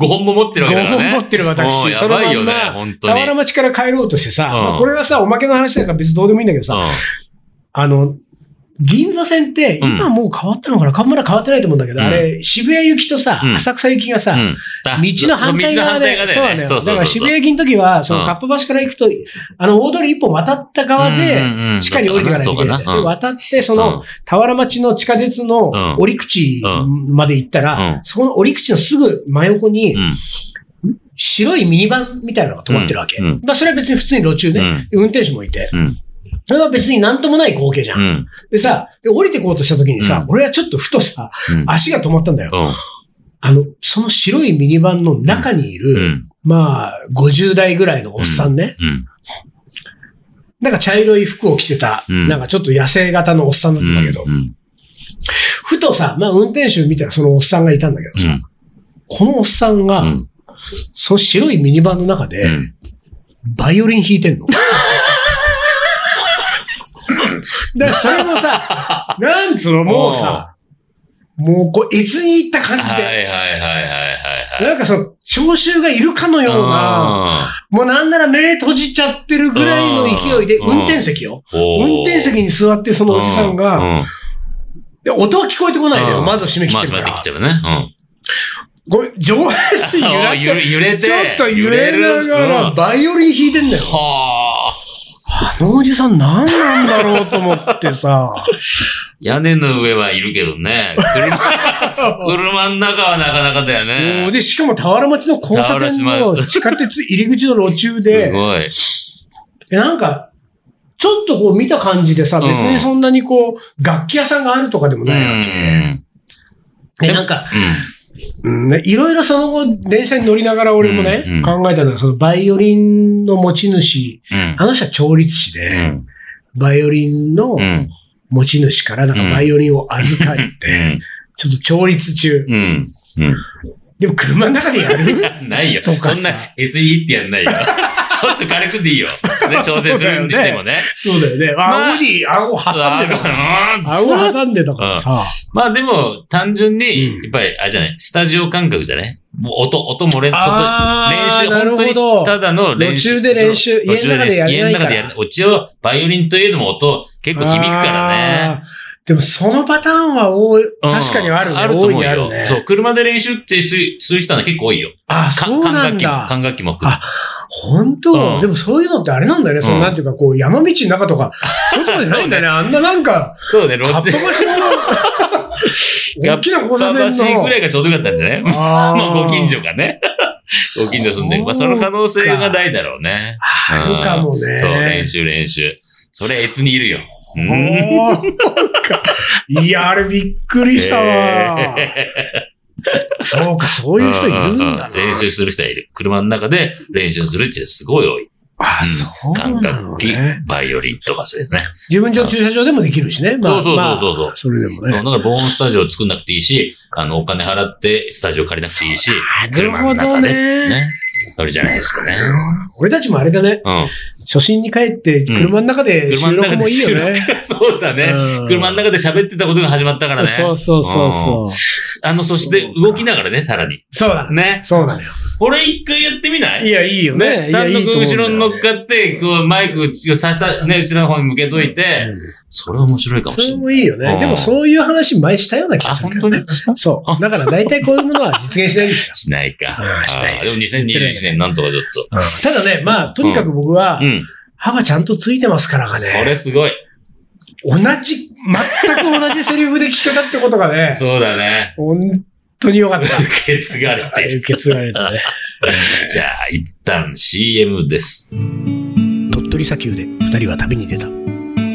Speaker 2: 本も持ってるわけだからね。
Speaker 1: 5本持ってる私
Speaker 2: うんや
Speaker 1: そのまんま
Speaker 2: ばいよね、本当
Speaker 1: 田
Speaker 2: に。
Speaker 1: 原町から帰ろうとしてさ、
Speaker 2: うん
Speaker 1: まあこれはさ、おまけの話だから別にどうでもいいんだけどさ、あの、銀座線って、
Speaker 2: うん
Speaker 1: 今もう変わったのかな、かんまだ変わってないと思うんだけど、
Speaker 2: うん
Speaker 1: あれ、渋谷行きとさ、
Speaker 2: うん
Speaker 1: 浅草行きがさ、
Speaker 2: うん
Speaker 1: 道
Speaker 2: うん
Speaker 1: の
Speaker 2: あ
Speaker 1: 反対側で、
Speaker 2: 道の反対側だ
Speaker 1: そうな
Speaker 2: よ
Speaker 1: の
Speaker 2: ね
Speaker 1: よ。
Speaker 2: そうそうそうそう
Speaker 1: だから渋谷行きの時は、その
Speaker 2: うん
Speaker 1: かっぱ橋から行くと、あの、大通り一本渡った側で、地下に降りていかないといけないんだよ。で渡って、その、田原町の地下鉄の
Speaker 2: うん
Speaker 1: 折り口まで行ったら、
Speaker 2: うん
Speaker 1: そこの折り口のすぐ真横に、
Speaker 2: うん
Speaker 1: 白いミニバンみたいなのが止まってるわけ。
Speaker 2: うんうん
Speaker 1: まあ、それは別に普通に路中ね、運転手もいて。
Speaker 2: うん
Speaker 1: それは別になんともない光景じゃん。
Speaker 2: うん
Speaker 1: でさ、で降りてこうとした時にさ、
Speaker 2: う
Speaker 1: 俺はちょっとふとさ、
Speaker 2: うん
Speaker 1: 足が止まったんだよ。
Speaker 2: うん
Speaker 1: あの、その白いミニバンの中にいる、
Speaker 2: うん
Speaker 1: まあ、50代ぐらいのおっさんね。
Speaker 2: うん
Speaker 1: なんか茶色い服を着てた、
Speaker 2: うん
Speaker 1: なんかちょっと野生型のおっさんだったんだけど、
Speaker 2: うん
Speaker 1: ふとさ、まあ運転手見たらそのおっさんがいたんだけどさ、このおっさんが、
Speaker 2: うん
Speaker 1: その白いミニバンの中で、
Speaker 2: うん
Speaker 1: バイオリン弾いてん の。だからそれもさ、なんつうの、もうさ、もうこう、越に行った感じ
Speaker 2: はいは
Speaker 1: で、
Speaker 2: いはいはいはいはい。
Speaker 1: なんかその、聴衆がいるかのような、もうなんなら目閉じちゃってるぐらいの勢いで、
Speaker 2: うん
Speaker 1: 運転席よ。
Speaker 2: うん
Speaker 1: 運転席に座ってるそのおじさん
Speaker 2: う
Speaker 1: が、
Speaker 2: ん
Speaker 1: で音は聞こえてこないの
Speaker 2: う
Speaker 1: よ。
Speaker 2: ん
Speaker 1: 窓閉め切っ
Speaker 2: まあ
Speaker 1: てるか
Speaker 2: 待って
Speaker 1: ら
Speaker 2: き。てるね。うん
Speaker 1: ごめん、上半身揺らし
Speaker 2: 揺れ
Speaker 1: て、
Speaker 2: 揺れて。
Speaker 1: ちょっと揺れながら
Speaker 2: うん
Speaker 1: バイオリン弾いてんだよ。
Speaker 2: はあ。
Speaker 1: あのおじさん何なんだろうと思って さ。
Speaker 2: 屋根の上はいるけどね。車、車の中はなかなかだよ
Speaker 1: もう
Speaker 2: ね。
Speaker 1: で、しかも田原町の交差点
Speaker 2: 田原町
Speaker 1: の地下鉄入り口の路中
Speaker 2: す
Speaker 1: で、
Speaker 2: ごい。
Speaker 1: でなんか、ちょっとこう見た感じでさ、
Speaker 2: うん
Speaker 1: 別にそんなにこう、楽器屋さんがあるとかでも
Speaker 2: うん。う
Speaker 1: ないわ
Speaker 2: ん
Speaker 1: け。で、なんか、うんねいろいろその後、電車に乗りながら俺もね、
Speaker 2: うんうん
Speaker 1: 考えたのは、そのバイオリンの持ち主、
Speaker 2: うん
Speaker 1: あの人は調律師で、バイオリンの
Speaker 2: うん。うん。
Speaker 1: 持ち主から、なんかバイオリンを預かり
Speaker 2: う
Speaker 1: て、
Speaker 2: ん
Speaker 1: ちょっと調律中。
Speaker 2: うん。
Speaker 1: でも車の中でやる
Speaker 2: うん。 ないよ。そ
Speaker 1: とかさ
Speaker 2: んな、別にいいってやんないよ。 ちょっと軽くでいい よ。ね、調整するにしてもね。
Speaker 1: そうだよね。
Speaker 2: まあ
Speaker 1: あ、顎に、顎挟んでる。
Speaker 2: う ん
Speaker 1: 顎挟んでたからさ。
Speaker 2: まあでも、単純
Speaker 1: うん
Speaker 2: に、やっぱり、あれじゃない、スタジオ感覚じゃないもう音、音漏れ、
Speaker 1: あー
Speaker 2: 外
Speaker 1: なるほ
Speaker 2: 練習、
Speaker 1: ど
Speaker 2: 本当に、ただの練習。
Speaker 1: 路中で練習
Speaker 2: その
Speaker 1: 家の中でやれないから
Speaker 2: 家の中でやる。うちは、バイオリンといえども音、結構響くからね。
Speaker 1: あー。でもそのパターンは多い、
Speaker 2: うん
Speaker 1: 確かにあるね。
Speaker 2: あると
Speaker 1: 多い
Speaker 2: 思う
Speaker 1: にある
Speaker 2: よ
Speaker 1: ね。。
Speaker 2: そう、車で練習ってするする人はね結構多いよ。
Speaker 1: あ、
Speaker 2: か
Speaker 1: そうなん
Speaker 2: 管楽器も、
Speaker 1: だ。
Speaker 2: 管楽器も含め
Speaker 1: あ本当、
Speaker 2: うん
Speaker 1: でもそういうのってあれなんだよね。その
Speaker 2: うん
Speaker 1: なんていうか、こう、山道の中と か、そういうとこじゃないんだよね。あんななんか、
Speaker 2: そうね、ロ
Speaker 1: かっぱ橋の、 大きな交差点の
Speaker 2: ぐら。いがちょうどよかったんじゃない
Speaker 1: あ
Speaker 2: まあ、ご近所
Speaker 1: か。
Speaker 2: かね。ご近所住んでる。まあ、その可能性がないだろうね。
Speaker 1: あるかもね。
Speaker 2: そう、練習練習。それ、越にいるよ。うん。
Speaker 1: おーなんかいや、あれびっくりしたわ。そうか、そういう人いるんだ
Speaker 2: う
Speaker 1: な。
Speaker 2: う練習する人はいる。車の中で練習するってすごい多い。
Speaker 1: あ、そう
Speaker 2: 管
Speaker 1: なの
Speaker 2: 楽器
Speaker 1: ね。、
Speaker 2: バイオリンとかそういうね。
Speaker 1: 自分の駐車場でもできるしね。まあ、
Speaker 2: そうそう
Speaker 1: まあ
Speaker 2: そうそう
Speaker 1: それでも
Speaker 2: だ
Speaker 1: ね。
Speaker 2: から、防音スタジオ作んなくていいし、あの、お金払ってスタジオ借りなくていいし、
Speaker 1: なる
Speaker 2: 車
Speaker 1: ほ
Speaker 2: の
Speaker 1: ど
Speaker 2: 中で
Speaker 1: ね
Speaker 2: ですね。それじゃないですかね。
Speaker 1: 俺たちもあれだね。
Speaker 2: うん。
Speaker 1: 初心に帰って、車の中で
Speaker 2: 車
Speaker 1: 収
Speaker 2: の
Speaker 1: 録
Speaker 2: 中
Speaker 1: も
Speaker 2: で
Speaker 1: いい
Speaker 2: 収
Speaker 1: よ
Speaker 2: 録。
Speaker 1: ね。
Speaker 2: そうだね。
Speaker 1: うん
Speaker 2: 車の中で喋ってたことが始まったからね。
Speaker 1: そうそうそうそう。
Speaker 2: あの、そして動きながらね、さらに。
Speaker 1: そうだね。
Speaker 2: ね。
Speaker 1: そうなのよ。
Speaker 2: これ一回やってみない
Speaker 1: いや、いいよね。いや
Speaker 2: 単
Speaker 1: いい
Speaker 2: 独
Speaker 1: と思うんだ
Speaker 2: 後
Speaker 1: よ
Speaker 2: ろ
Speaker 1: ね
Speaker 2: に乗っかって、こう、マイクをささ、ね、後ろの方に向けといて、
Speaker 1: うん
Speaker 2: それ面白いかも
Speaker 1: そ
Speaker 2: しれ
Speaker 1: れ
Speaker 2: ない。
Speaker 1: もいいよ
Speaker 2: う
Speaker 1: ね。
Speaker 2: ん
Speaker 1: でもそういう話前したような気
Speaker 2: あ、
Speaker 1: がする
Speaker 2: 本
Speaker 1: けど
Speaker 2: 当
Speaker 1: ね
Speaker 2: にし た
Speaker 1: そう。だから大体こういうものは実現しないんです よ。
Speaker 2: しないか。
Speaker 1: うんしない
Speaker 2: あ
Speaker 1: で
Speaker 2: ーですも2021年なんとかちょっと。
Speaker 1: ただね、まあ、とにかく僕は
Speaker 2: う、ん。
Speaker 1: 幅ちゃんとついてますからが
Speaker 2: そ
Speaker 1: ね、
Speaker 2: れすごい。
Speaker 1: 同じ、全く同じセリフで聞けたってことがね、
Speaker 2: そうだね。
Speaker 1: 本当によか った。
Speaker 2: 受け継がれ
Speaker 1: あ
Speaker 2: て
Speaker 1: れ
Speaker 2: る。
Speaker 1: 受け継がれたね。
Speaker 2: じゃあ、一旦 CM です。
Speaker 1: 鳥取砂丘で二人は旅に出た。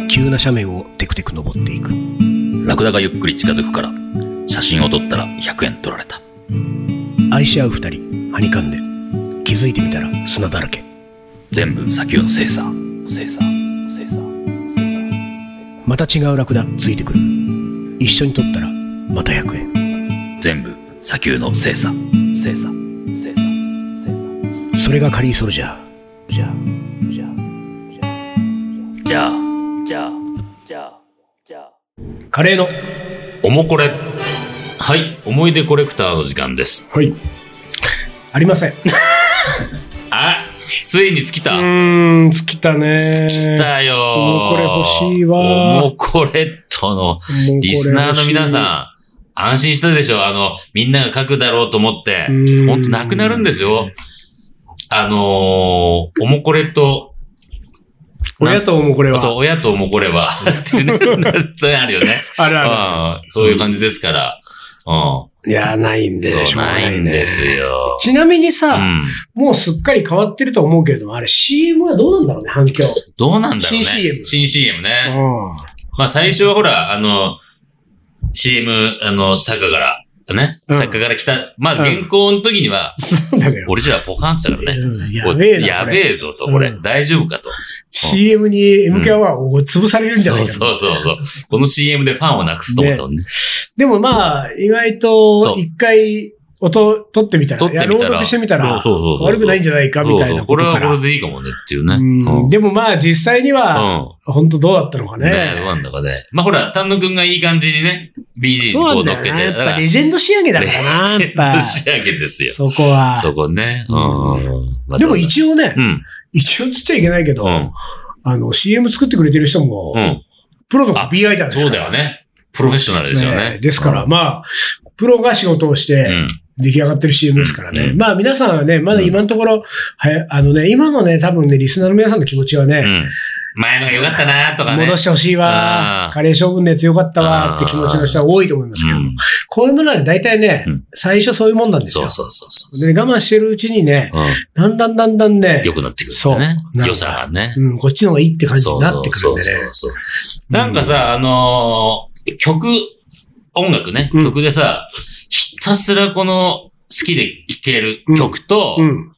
Speaker 1: 急な斜面をテクテク登っていく。
Speaker 2: ラクダがゆっくり近づくから、写真を撮ったら100円取られた。
Speaker 1: 愛し合う二人、はにかんで。気づいてみたら砂だらけ。
Speaker 2: 全部砂丘の精査。精査。精査。
Speaker 1: また違うラクダついてくる。一緒に撮ったら、また100円。
Speaker 2: 全部砂丘の精査。精査。精査。精査。
Speaker 1: それがカリーソルジャー。じゃあ、じゃあ。
Speaker 2: じゃあ、じゃあ、じゃあ、じゃあ。
Speaker 1: カレーの。
Speaker 2: おもこれ。はい、思い出コレクターの時間です。
Speaker 1: はい。ありません。う
Speaker 2: あ、ついに尽きた。
Speaker 1: ーん、尽きたね。
Speaker 2: 尽きたよ。
Speaker 1: もうこれ欲しいわ
Speaker 2: もうこれとの、
Speaker 1: もうこれ欲しい
Speaker 2: リスナーの皆さん、安心したでしょあの、みんなが書くだろうと思って。
Speaker 1: うん
Speaker 2: ほんとなくなるんですよ。あのー、おもこれと、
Speaker 1: 親と思うこれは。
Speaker 2: そう、親とおもこ れは、 っていうねそういうのあるよね。
Speaker 1: あるあ
Speaker 2: うん、そういう感じですから。うん。
Speaker 1: る。いや、ないんで
Speaker 2: そう、
Speaker 1: しょうが
Speaker 2: な
Speaker 1: ね
Speaker 2: いんですよ。
Speaker 1: ちなみに
Speaker 2: う
Speaker 1: さ、
Speaker 2: ん。
Speaker 1: もうすっかり変わってると思うけれども、あれ CM はどうなんだろうね、反響。
Speaker 2: どうなんだろうね。
Speaker 1: 新 CM
Speaker 2: 新 CM
Speaker 1: う
Speaker 2: ね。
Speaker 1: ん。
Speaker 2: まあ最初はほら、あの、CM、あの、作家から、ね。
Speaker 1: うん
Speaker 2: 作家から来た。まあ
Speaker 1: うん
Speaker 2: 原稿の時には、
Speaker 1: そうだよ。
Speaker 2: 俺じゃポカンってたからね。
Speaker 1: うんやべえな。
Speaker 2: や
Speaker 1: これ
Speaker 2: べえぞと、これ。
Speaker 1: うん
Speaker 2: 大丈夫かと。
Speaker 1: CM に MK は潰されるんじゃない
Speaker 2: そ
Speaker 1: うかな
Speaker 2: そうそうそう。この CM でファンをなくすと思ったもんね。
Speaker 1: でもまあ、意外
Speaker 2: そ
Speaker 1: と、
Speaker 2: う
Speaker 1: 一回、音、取ってみたら、
Speaker 2: 撮っ
Speaker 1: い
Speaker 2: てみ
Speaker 1: や、
Speaker 2: たら
Speaker 1: 朗読してみたら
Speaker 2: そうそうそう、そう
Speaker 1: 悪くないんじゃないか、みたい
Speaker 2: そうそ
Speaker 1: な
Speaker 2: うこ
Speaker 1: こと
Speaker 2: れ
Speaker 1: か
Speaker 2: はこ
Speaker 1: ら
Speaker 2: れ。でいいかもねっていうね。
Speaker 1: うん
Speaker 2: うん
Speaker 1: でもまあ、実際には、本当どうだったのか
Speaker 2: うん。ねえ、どう
Speaker 1: ね。
Speaker 2: なんだかね。まあほら、丹野くんがいい感じにね、BG に
Speaker 1: そ
Speaker 2: こ
Speaker 1: う
Speaker 2: う乗
Speaker 1: なん
Speaker 2: っ
Speaker 1: だ
Speaker 2: け
Speaker 1: よな。
Speaker 2: て。
Speaker 1: やっぱ
Speaker 2: レ
Speaker 1: レジェンド仕上げだからな、やっぱ。
Speaker 2: 仕上げですよ。
Speaker 1: そこは。
Speaker 2: そこね。うんまあ。
Speaker 1: でも一応ね
Speaker 2: 応う、ん。
Speaker 1: 一応つっちゃいけないけど
Speaker 2: う、ん。
Speaker 1: あの、CM 作ってくれてる人も
Speaker 2: う、ん。
Speaker 1: プロのコピーライターです
Speaker 2: そ
Speaker 1: か
Speaker 2: う
Speaker 1: ら。
Speaker 2: だよね。プロフェッショナルですよ
Speaker 1: ね
Speaker 2: ね。
Speaker 1: ですから、まあ、プロが仕事をして、
Speaker 2: うん。
Speaker 1: 出来上がってる CM ですからね。
Speaker 2: うん
Speaker 1: まあ皆さんはね、まだ今のところ、はやあのね、今のね、多分ね、リスナーの皆さんの気持ちは
Speaker 2: う
Speaker 1: ね、
Speaker 2: ん。前のが良かったなとかね。
Speaker 1: 戻してほしいわ
Speaker 2: あ、ー
Speaker 1: カレー将軍のやつよかったわって気持ちの人は多いと思いますけど、
Speaker 2: うん
Speaker 1: こういうものはね、大体ね、
Speaker 2: うん
Speaker 1: 最初そういうもんなんです
Speaker 2: そ
Speaker 1: よ
Speaker 2: う。そうそうそう。
Speaker 1: で我慢してるうちにね、
Speaker 2: うん。
Speaker 1: だんだんだんだんね
Speaker 2: 良、くなってくるんだよね
Speaker 1: そう。
Speaker 2: 良さがね。
Speaker 1: うん、こっちの方がいいって感じ
Speaker 2: そう
Speaker 1: になってくるんでね。
Speaker 2: そうそうそうなんかさ、あのー曲、音楽ね、
Speaker 1: うん
Speaker 2: 曲でさ、ひたすらこの好きで聴ける曲と、
Speaker 1: うん。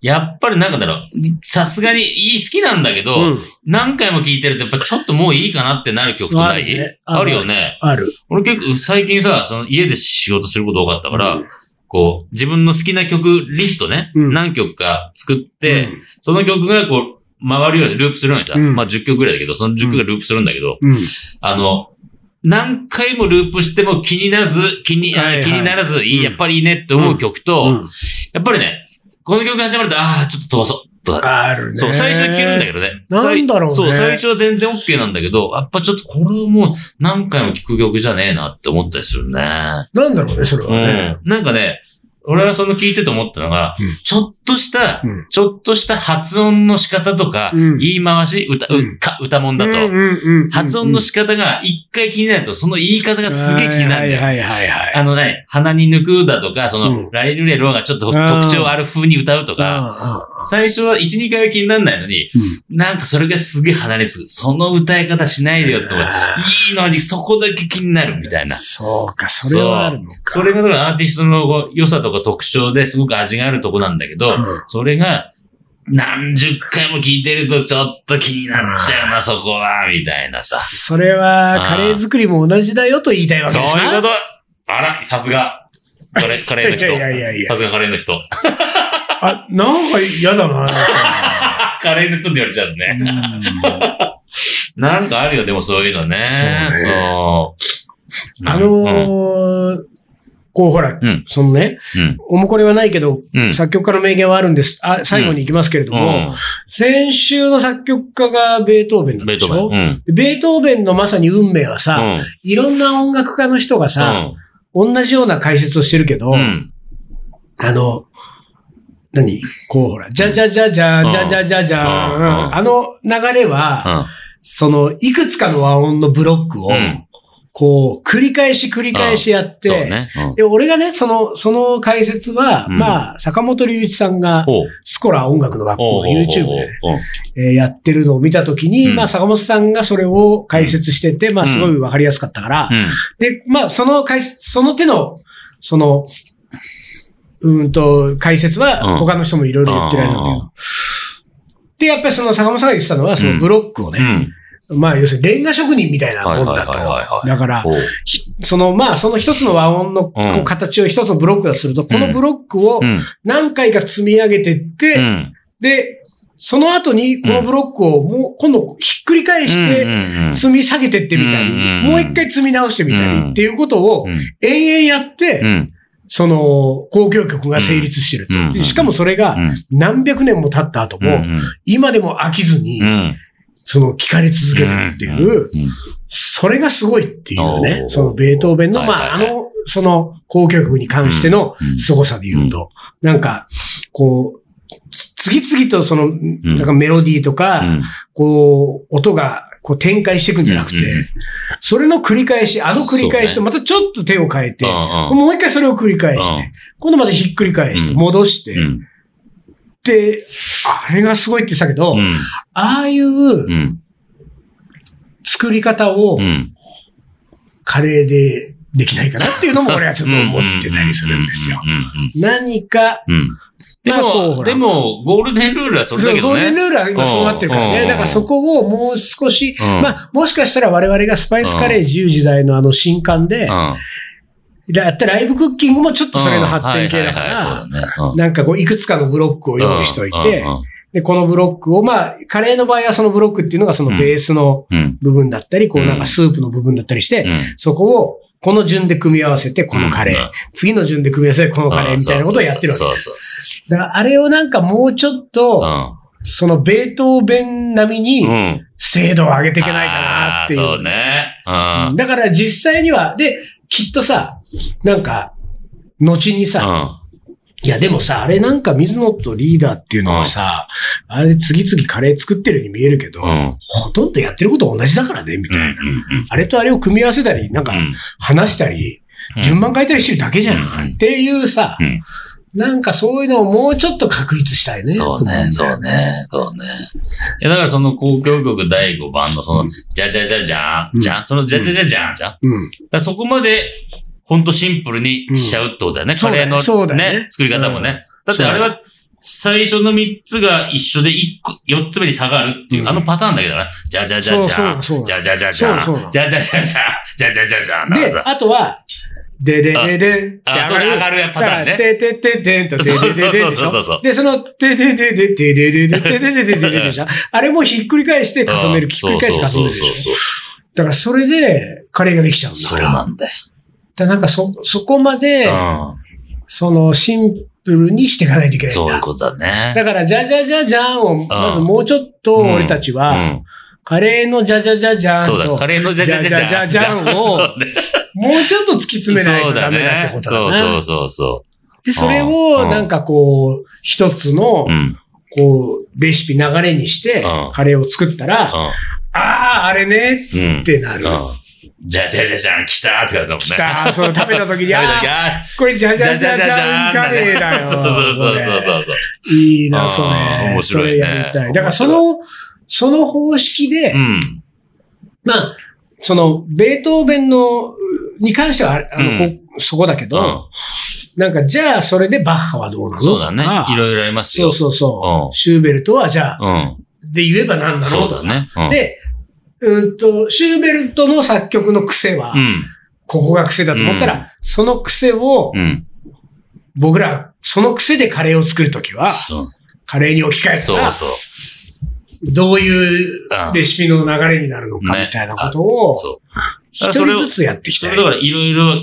Speaker 2: やっぱりなんかだろう、さすがにいい好きなんだけど、
Speaker 1: うん。
Speaker 2: 何回も聴いてるとやっぱちょっともういいかなってなる曲
Speaker 1: そ
Speaker 2: な
Speaker 1: うあ
Speaker 2: い
Speaker 1: るねある
Speaker 2: あるよね。
Speaker 1: ある。
Speaker 2: 俺結構最近さ、その家で仕事すること多かったから、
Speaker 1: うん
Speaker 2: こう、自分の好きな曲リストね、
Speaker 1: うん
Speaker 2: 何曲か作って、その曲がこう、回るように、ループするようにさ、
Speaker 1: うん
Speaker 2: まあ10曲ぐらいだけど、その10曲がループするんだけど、
Speaker 1: うん、うん。
Speaker 2: あの、何回もループしても気にならず、気に、あ
Speaker 1: はいはい
Speaker 2: 気にならず、いい、
Speaker 1: うん
Speaker 2: やっぱりいいねって思う曲と、
Speaker 1: うん
Speaker 2: やっぱりね、この曲が始まると、ああ、ちょっと飛ばそう。とか
Speaker 1: あるね。
Speaker 2: そう、最初は聴けるんだけどね。
Speaker 1: なんだろうね
Speaker 2: 最そう、最初は全然 OK なんだけど、やっぱちょっとこれはもう何回も聴く曲じゃねえなって思ったりするね。
Speaker 1: なんだろうね、それはね。
Speaker 2: うん。なんかね、俺はその聞いてて思ったのが、
Speaker 1: うん
Speaker 2: ちょっとした、
Speaker 1: うん
Speaker 2: ちょっとした発音の仕方とか、
Speaker 1: うん
Speaker 2: 言い回し、歌、う
Speaker 1: うん
Speaker 2: か歌もんだと、
Speaker 1: うんうんうんうん
Speaker 2: 発音の仕方が一回気になると、その言い方がすげえ気になるんだよ。
Speaker 1: はいはいはいはいはい。
Speaker 2: あのね、鼻に抜くだとか、その、
Speaker 1: うん
Speaker 2: ラリルレロがちょっと
Speaker 1: うん
Speaker 2: 特徴ある風に歌うとか、
Speaker 1: あ
Speaker 2: 最初は1、2回は気にならないのに、
Speaker 1: あうん
Speaker 2: なんかそれがすげえ離れつく。その歌い方しないでよって思う
Speaker 1: あ
Speaker 2: いいのにそこだけ気になるみたいな。
Speaker 1: そうか、それはあるのか。
Speaker 2: それがだからアーティストのこう良さとか特徴ですごく味があるとこなんだけど、
Speaker 1: うん
Speaker 2: それが何十回も聞いてるとちょっと気になっちゃうな、そこは、みたいなさ。
Speaker 1: それは、カレー作りも同じだよと言いたいわけ
Speaker 2: そう
Speaker 1: です
Speaker 2: いう
Speaker 1: な。
Speaker 2: ことあら、さすが。カ レー、カレーの人。
Speaker 1: いやいやいやいや
Speaker 2: さすがカレーの人。
Speaker 1: あ、なんか嫌だな。
Speaker 2: あカレーの人って言われちゃうね。なんかあるよ、でもそういうのね。
Speaker 1: そう
Speaker 2: そう。
Speaker 1: あ
Speaker 2: うんうん
Speaker 1: のー、こうほら
Speaker 2: うん、
Speaker 1: そのね、おもこれはないけど、
Speaker 2: うん。
Speaker 1: 作曲家の名言はあるんです。あ、最後に行きますけれども、先週の作曲家がベートーベンな
Speaker 2: うんんベ
Speaker 1: で
Speaker 2: ート
Speaker 1: し
Speaker 2: ーベン。
Speaker 1: ょ
Speaker 2: うん。
Speaker 1: ベートーベンのまさに運命はさ、いろんな音楽家の人がさ、同じような解説をしてるけど
Speaker 2: うん。う、ん。
Speaker 1: あの、何こうほら、じゃじゃじゃじゃ
Speaker 2: うん
Speaker 1: ん、じゃじゃじゃじゃん。
Speaker 2: う
Speaker 1: うんんあの流れは、
Speaker 2: うん
Speaker 1: その、いくつかの和音のブロックを
Speaker 2: うん、
Speaker 1: こう、繰り返し繰り返しやっ
Speaker 2: そう
Speaker 1: て、
Speaker 2: ね。うん
Speaker 1: で、俺がね、その、その解説は、
Speaker 2: うん
Speaker 1: まあ、坂本龍一さんが、
Speaker 2: ほう
Speaker 1: スコラ音楽の学校の YouTube で、
Speaker 2: おう
Speaker 1: えーやってるのを見たときに、
Speaker 2: うん
Speaker 1: まあ、坂本さんがそれを解説してて、まあ、すごいわかりやすかったから、で、まあ、その解説、その手の、その、うーんと、解説
Speaker 2: うん
Speaker 1: は他の人もいろいろ言ってられるんだけど。で、やっぱりその坂本さんが言ってたのは、そのブロックを
Speaker 2: うん。う
Speaker 1: ね、
Speaker 2: ん。
Speaker 1: まあ、要するにレンガ職人みたいなもんだ
Speaker 2: はいはいはいはいは
Speaker 1: と。
Speaker 2: い
Speaker 1: だから
Speaker 2: お、う
Speaker 1: ひその、まあ、その一つの和音のこ
Speaker 2: う
Speaker 1: うん形を一つのブロックだとすると、このブロックを
Speaker 2: うん。
Speaker 1: 何回か積み上げてっ
Speaker 2: う
Speaker 1: て、
Speaker 2: ん。
Speaker 1: で、その後にこのブロックをもう今度ひっくり返し
Speaker 2: うん
Speaker 1: て、
Speaker 2: うんうん
Speaker 1: 積み下げてってみた
Speaker 2: うんうん
Speaker 1: り、
Speaker 2: うん
Speaker 1: もう一回積み直してみた
Speaker 2: うん
Speaker 1: りっていうことを
Speaker 2: うん
Speaker 1: 延々やって、
Speaker 2: うん
Speaker 1: その、公共曲が成立してると
Speaker 2: うん
Speaker 1: で。しかもそれが、何百年も経った後
Speaker 2: うん。
Speaker 1: も、今でも飽きずに
Speaker 2: う、ん。
Speaker 1: その、聞かれ続けてるっていう、それがすごいっていうね
Speaker 2: お、ー
Speaker 1: そのベートーベンの、
Speaker 2: はいはい
Speaker 1: まあ、あ
Speaker 2: はい
Speaker 1: の、その、交響曲に関しての
Speaker 2: うんうん
Speaker 1: 凄さで言うと、なんか、こう、つ次々とその、なんかメロディーとか、こう、音が、こう展開していくんじゃなくて、
Speaker 2: うんうん
Speaker 1: それの繰り返し、あの繰り返しとまたちょっと手を変えて、もう一回それを繰り返して、今度またひっくり返して、
Speaker 2: うん
Speaker 1: 戻して、で、あれがすごいって言ってたけど、ああいう作り方を、カレーでできないかなっていうのも俺はちょっと思ってたりするんですよ。何か、
Speaker 2: で
Speaker 1: まあこうほ
Speaker 2: も、
Speaker 1: ら
Speaker 2: でも、ゴールデンルールはそれだけ
Speaker 1: ゴ
Speaker 2: ど
Speaker 1: ールデンル
Speaker 2: ね。
Speaker 1: ールは今そうなってるから
Speaker 2: うんう
Speaker 1: ね。
Speaker 2: ん
Speaker 1: だからそこをもう少し、
Speaker 2: うん
Speaker 1: まあもしかしたら我々がスパイスカレー自由自在のあの新刊で、やったライブクッキングもちょっとそれの発展系だから、なんかこういくつかのブロックを用意しておいて、で、このブロックを、まあ、カレーの場合はそのブロックっていうのがそのベースの部分だったり、こうなんかスープの部分だったりして、そこをこの順で組み合わせてこのカレー、
Speaker 2: うん
Speaker 1: 次の順で組み合わせてこのカレーみたいなことをやってるわけ。
Speaker 2: そうそうそ
Speaker 1: だからあれをなんかもうちょっと、そのベートーベン並みに
Speaker 2: う。ん。
Speaker 1: 精度を上げていけないかなっていう。
Speaker 2: そうね。うん。
Speaker 1: だから実際には、で、きっとさ、なんか、後にさ、いやでもさ、あれなんか水野とリーダーっていうのはさ、あれ次々カレー作ってるように見えるけど、
Speaker 2: うん
Speaker 1: ほとんどやってること同じだからね、みたいな。あれとあれを組み合わせたり、なんか話したり、
Speaker 2: うん
Speaker 1: 順番変えたりしてるだけじゃん。
Speaker 2: うん
Speaker 1: っていうさ、なんかそういうのをもうちょっと確立したいね。
Speaker 2: そう
Speaker 1: と
Speaker 2: ね、
Speaker 1: 思
Speaker 2: そ
Speaker 1: ん
Speaker 2: う
Speaker 1: だよ。
Speaker 2: ね、そうね。いや、だからその交響曲第5番のその、じゃじゃじゃじゃん、じゃん、そのじゃじゃじゃじゃん、じゃん。だ
Speaker 1: うん。
Speaker 2: からそこまで、ほんとシンプルにしちゃうってことだよね。
Speaker 1: ん
Speaker 2: カレーの
Speaker 1: そうだねそうだね
Speaker 2: ね、作り方もね。だってあれ
Speaker 1: そ
Speaker 2: は、最初の3つが一緒で1個、4つ目に下がるっていうう、
Speaker 1: ん
Speaker 2: あのパターンだけどね。じゃじゃじゃじゃん、じ
Speaker 1: そうそうそう
Speaker 2: ゃじゃじゃじゃん、
Speaker 1: そうそう
Speaker 2: じゃじゃじゃじゃん、じゃじゃじゃじゃん。なんか
Speaker 1: で、
Speaker 2: さ
Speaker 1: あとは、ででででって
Speaker 2: ああそれ上がるやパターンね
Speaker 1: だからででででんとででででんでし
Speaker 2: そうそうそうそ
Speaker 1: ょ
Speaker 2: う
Speaker 1: で、その、でででででででででででででででしょあれもひっくり返して重ねる、ひっくり返して重ねるで
Speaker 2: そうそう
Speaker 1: しょ
Speaker 2: そう
Speaker 1: だからそれで、カレーができちゃうんだ
Speaker 2: そう。そ
Speaker 1: から。だか
Speaker 2: うなんだよ。
Speaker 1: らなんかそ、そこまで、その、シンプルにしていかないといけな
Speaker 2: うん
Speaker 1: いん
Speaker 2: そういう
Speaker 1: だ。
Speaker 2: ことだね。
Speaker 1: だから、じゃじゃじゃじゃんを、まずもうちょっと俺たち
Speaker 2: う
Speaker 1: は、
Speaker 2: ん
Speaker 1: カレーのじゃじゃじゃじゃん
Speaker 2: そうだ、
Speaker 1: と
Speaker 2: カ、レーのじゃじゃじゃ
Speaker 1: じ
Speaker 2: じ
Speaker 1: ゃ
Speaker 2: ゃ
Speaker 1: じゃじゃじゃんを
Speaker 2: そうね
Speaker 1: もうちょっと突き詰めないとダメだってことだな。
Speaker 2: そうそうそう
Speaker 1: で、それを、なんかこう、一つの
Speaker 2: そう。う、ん。うん。
Speaker 1: こう、レシピ流れにして
Speaker 2: うん、
Speaker 1: カレーを作ったら、ああー、あれね、
Speaker 2: うん
Speaker 1: ってなる。
Speaker 2: うんじゃじゃじゃじゃん、来たーって感じだもんね。
Speaker 1: きた、その食べた時
Speaker 2: 食べ
Speaker 1: に、
Speaker 2: た
Speaker 1: あ
Speaker 2: 時
Speaker 1: あ、
Speaker 2: あ
Speaker 1: これじゃ
Speaker 2: ー
Speaker 1: じ
Speaker 2: じゃ
Speaker 1: ゃ
Speaker 2: じ
Speaker 1: じ
Speaker 2: ゃ
Speaker 1: ゃ
Speaker 2: じ
Speaker 1: じ
Speaker 2: ゃ
Speaker 1: ゃん
Speaker 2: じゃ
Speaker 1: カレーだよ。
Speaker 2: そうそうそうそうそうそう。
Speaker 1: いいな、そ
Speaker 2: あー
Speaker 1: れ。
Speaker 2: 面白いね
Speaker 1: それやりたい。だからその、その方式で、
Speaker 2: うん。
Speaker 1: まあ、その、ベートーベンの、うに関してはあれ、あの、
Speaker 2: うん
Speaker 1: こうそこだけど、
Speaker 2: うん
Speaker 1: なんか、じゃあ、それでバッハはどうなの
Speaker 2: そうだね
Speaker 1: とか。
Speaker 2: いろいろあります
Speaker 1: そ
Speaker 2: よ。
Speaker 1: うそうそうう。
Speaker 2: ん
Speaker 1: シューベルトは、じゃあ、
Speaker 2: うん。
Speaker 1: で言えば何な
Speaker 2: そ
Speaker 1: の
Speaker 2: う
Speaker 1: と
Speaker 2: だ
Speaker 1: か。
Speaker 2: ね。うん
Speaker 1: で、うんと、シューベルトの作曲の癖は、ここが癖だと思ったら、
Speaker 2: うん
Speaker 1: その癖を
Speaker 2: うん。、うん。
Speaker 1: 僕ら、その癖でカレーを作るときは、
Speaker 2: そう
Speaker 1: カレーに置き換えた
Speaker 2: そう
Speaker 1: ら、
Speaker 2: そう。
Speaker 1: どういう
Speaker 2: うん
Speaker 1: レシピの流れになるのか
Speaker 2: ね
Speaker 1: みたいなことを、
Speaker 2: そう。
Speaker 1: 一
Speaker 2: それ
Speaker 1: 人
Speaker 2: を
Speaker 1: ずつやってき
Speaker 2: そ
Speaker 1: た
Speaker 2: れ
Speaker 1: い
Speaker 2: だ。からいろいろ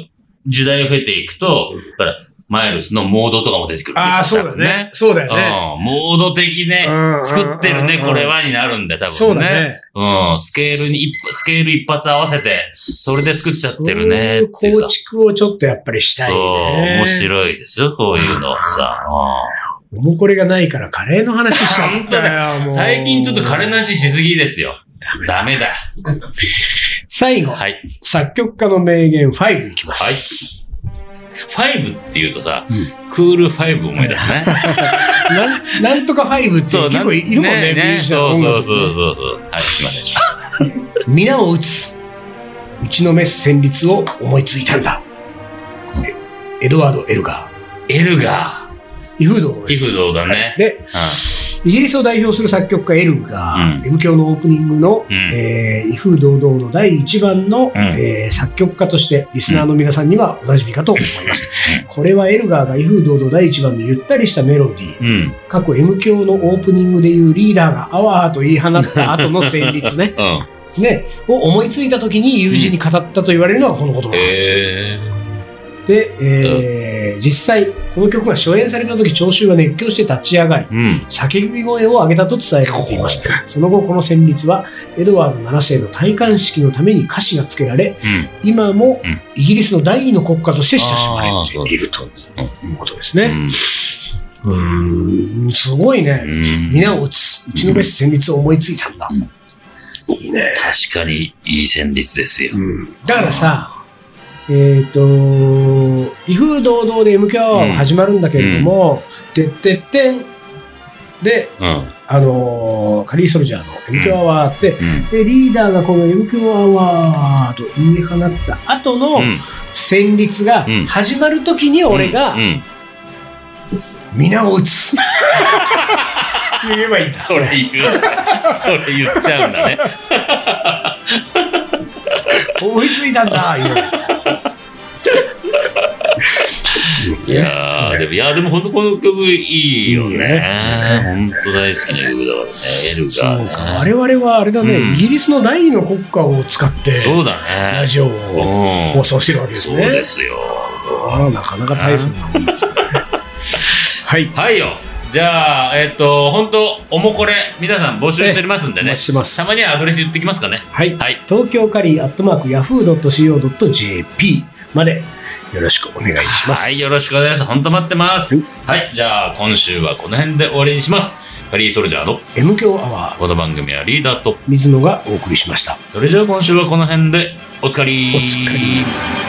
Speaker 2: 時代を経ていくと、だからマイルスのモードとかも出てくるんですよ。
Speaker 1: ああ、そうだよ
Speaker 2: 多分
Speaker 1: ね。そうだよね。
Speaker 2: うん、モード的ね
Speaker 1: うんうんうん、
Speaker 2: 作ってるね、これはになるんで、多分ね。
Speaker 1: そうだね。
Speaker 2: うん、スケールに一、スケール一発合わせて、それで作っちゃってるね、っ
Speaker 1: そ
Speaker 2: て
Speaker 1: う
Speaker 2: い
Speaker 1: いうう
Speaker 2: さ
Speaker 1: 構。築をちょっとやっぱりしたい
Speaker 2: そう、
Speaker 1: ね。
Speaker 2: 面白いですよ、こういうのさ。
Speaker 1: おもこれがないからカレーの話しちゃったよ、
Speaker 2: う
Speaker 1: も
Speaker 2: ん
Speaker 1: う
Speaker 2: 最近ちょっと金なししすぎですよ。ダメだ。
Speaker 1: 最後、
Speaker 2: はい。
Speaker 1: 作曲家の名言5いきます。
Speaker 2: はい。ファイブって言うとさ、
Speaker 1: う
Speaker 2: クールファイブ思い出す ね。
Speaker 1: なんなんとか5って結
Speaker 2: そう、なん
Speaker 1: 構いるもんね、ミュージシャンの
Speaker 2: そう
Speaker 1: 音楽
Speaker 2: そうそうそうそう。はい、すいませんでした。
Speaker 1: 皆を打つ打ちのめす旋律を思いついたんだえエドワード・エルガー
Speaker 2: エルガ
Speaker 1: イフード
Speaker 2: ー。
Speaker 1: で
Speaker 2: イ
Speaker 1: す
Speaker 2: フドーだね。
Speaker 1: でイギリスを代表する作曲家エルガー、M 教のオープニングの、
Speaker 2: うん
Speaker 1: えー、威風堂々の第1番の、えー作曲家としてリスナーの皆さんにはおなじみかと思います、これはエルガーが威風堂々第1番のゆったりしたメロディー
Speaker 2: うん。うん。
Speaker 1: 過去 M 教のオープニングでいうリーダーがアワーと言い放った後の旋律ね
Speaker 2: うん。
Speaker 1: ね、を思いついた時に友人に語ったと言われるのがこの言葉、
Speaker 2: ええ
Speaker 1: で、えー実際、この曲が初演された時、聴衆が熱狂して立ち上がり、
Speaker 2: うん。
Speaker 1: 叫び声を上げたと伝えられていました。その後、この旋律は、エドワード7世の戴冠式のために歌詞が付けられ、
Speaker 2: うん。
Speaker 1: 今も
Speaker 2: うん
Speaker 1: イギリスの第二の国家として親しまれていると
Speaker 2: あー
Speaker 1: いうことですね。うーん、すごいうね。
Speaker 2: ん。
Speaker 1: 皆を打つ。打ちのめす旋律を思いついたんだ。いいね。
Speaker 2: 確かにいい旋律ですよ。
Speaker 1: だからさ、えっ、と、威風堂々で MQ アワーは始まるんだけれども、てってってんで、
Speaker 2: うん。うん。
Speaker 1: あのーカリーソルジャーの MQ アワーって、で、リーダーがこの MQ アワーと言い放った後の
Speaker 2: うん
Speaker 1: 旋律が
Speaker 2: うん
Speaker 1: 始まる時に俺が
Speaker 2: うんう、ん。
Speaker 1: 皆を打つ。言えばいいんだ。
Speaker 2: それ 言う。それ言っちゃうんだね。
Speaker 1: 思いついたんだ、言う
Speaker 2: いやー、でも、いや、でも本当この曲いいよ
Speaker 1: いい
Speaker 2: ね
Speaker 1: ね。
Speaker 2: 本当大好きな曲だからね、エル
Speaker 1: そうか。
Speaker 2: ガーね。
Speaker 1: 我々はあれだね、
Speaker 2: うん
Speaker 1: イギリスの第二の国家を使って、
Speaker 2: そうだ
Speaker 1: ラ
Speaker 2: ね。
Speaker 1: ジオを
Speaker 2: うん
Speaker 1: 放送してるわけです
Speaker 2: そう
Speaker 1: ね。
Speaker 2: ですよ。
Speaker 1: ああなかなか大層なもんですね。はい。
Speaker 2: はいよ。じゃあ、えっと、本当おもこれ、皆さん募集しておりますんで
Speaker 1: お
Speaker 2: ね
Speaker 1: 待ち。してます。
Speaker 2: たまにはアドレス言ってきますかね。
Speaker 1: はい。
Speaker 2: はい。
Speaker 1: 東京カリーアットマークヤフー .co.jp までよろしくお願いします。
Speaker 2: はい、よろしくお願いします。本当待ってます。
Speaker 1: うん
Speaker 2: はい、じゃあ今週はこの辺で終わりにします。カリーソルジャーの
Speaker 1: M 強アワー、
Speaker 2: この番組はリーダーと。
Speaker 1: 水野がお送りしました。
Speaker 2: それじゃあ今週はこの辺でおつかり。
Speaker 1: おつかり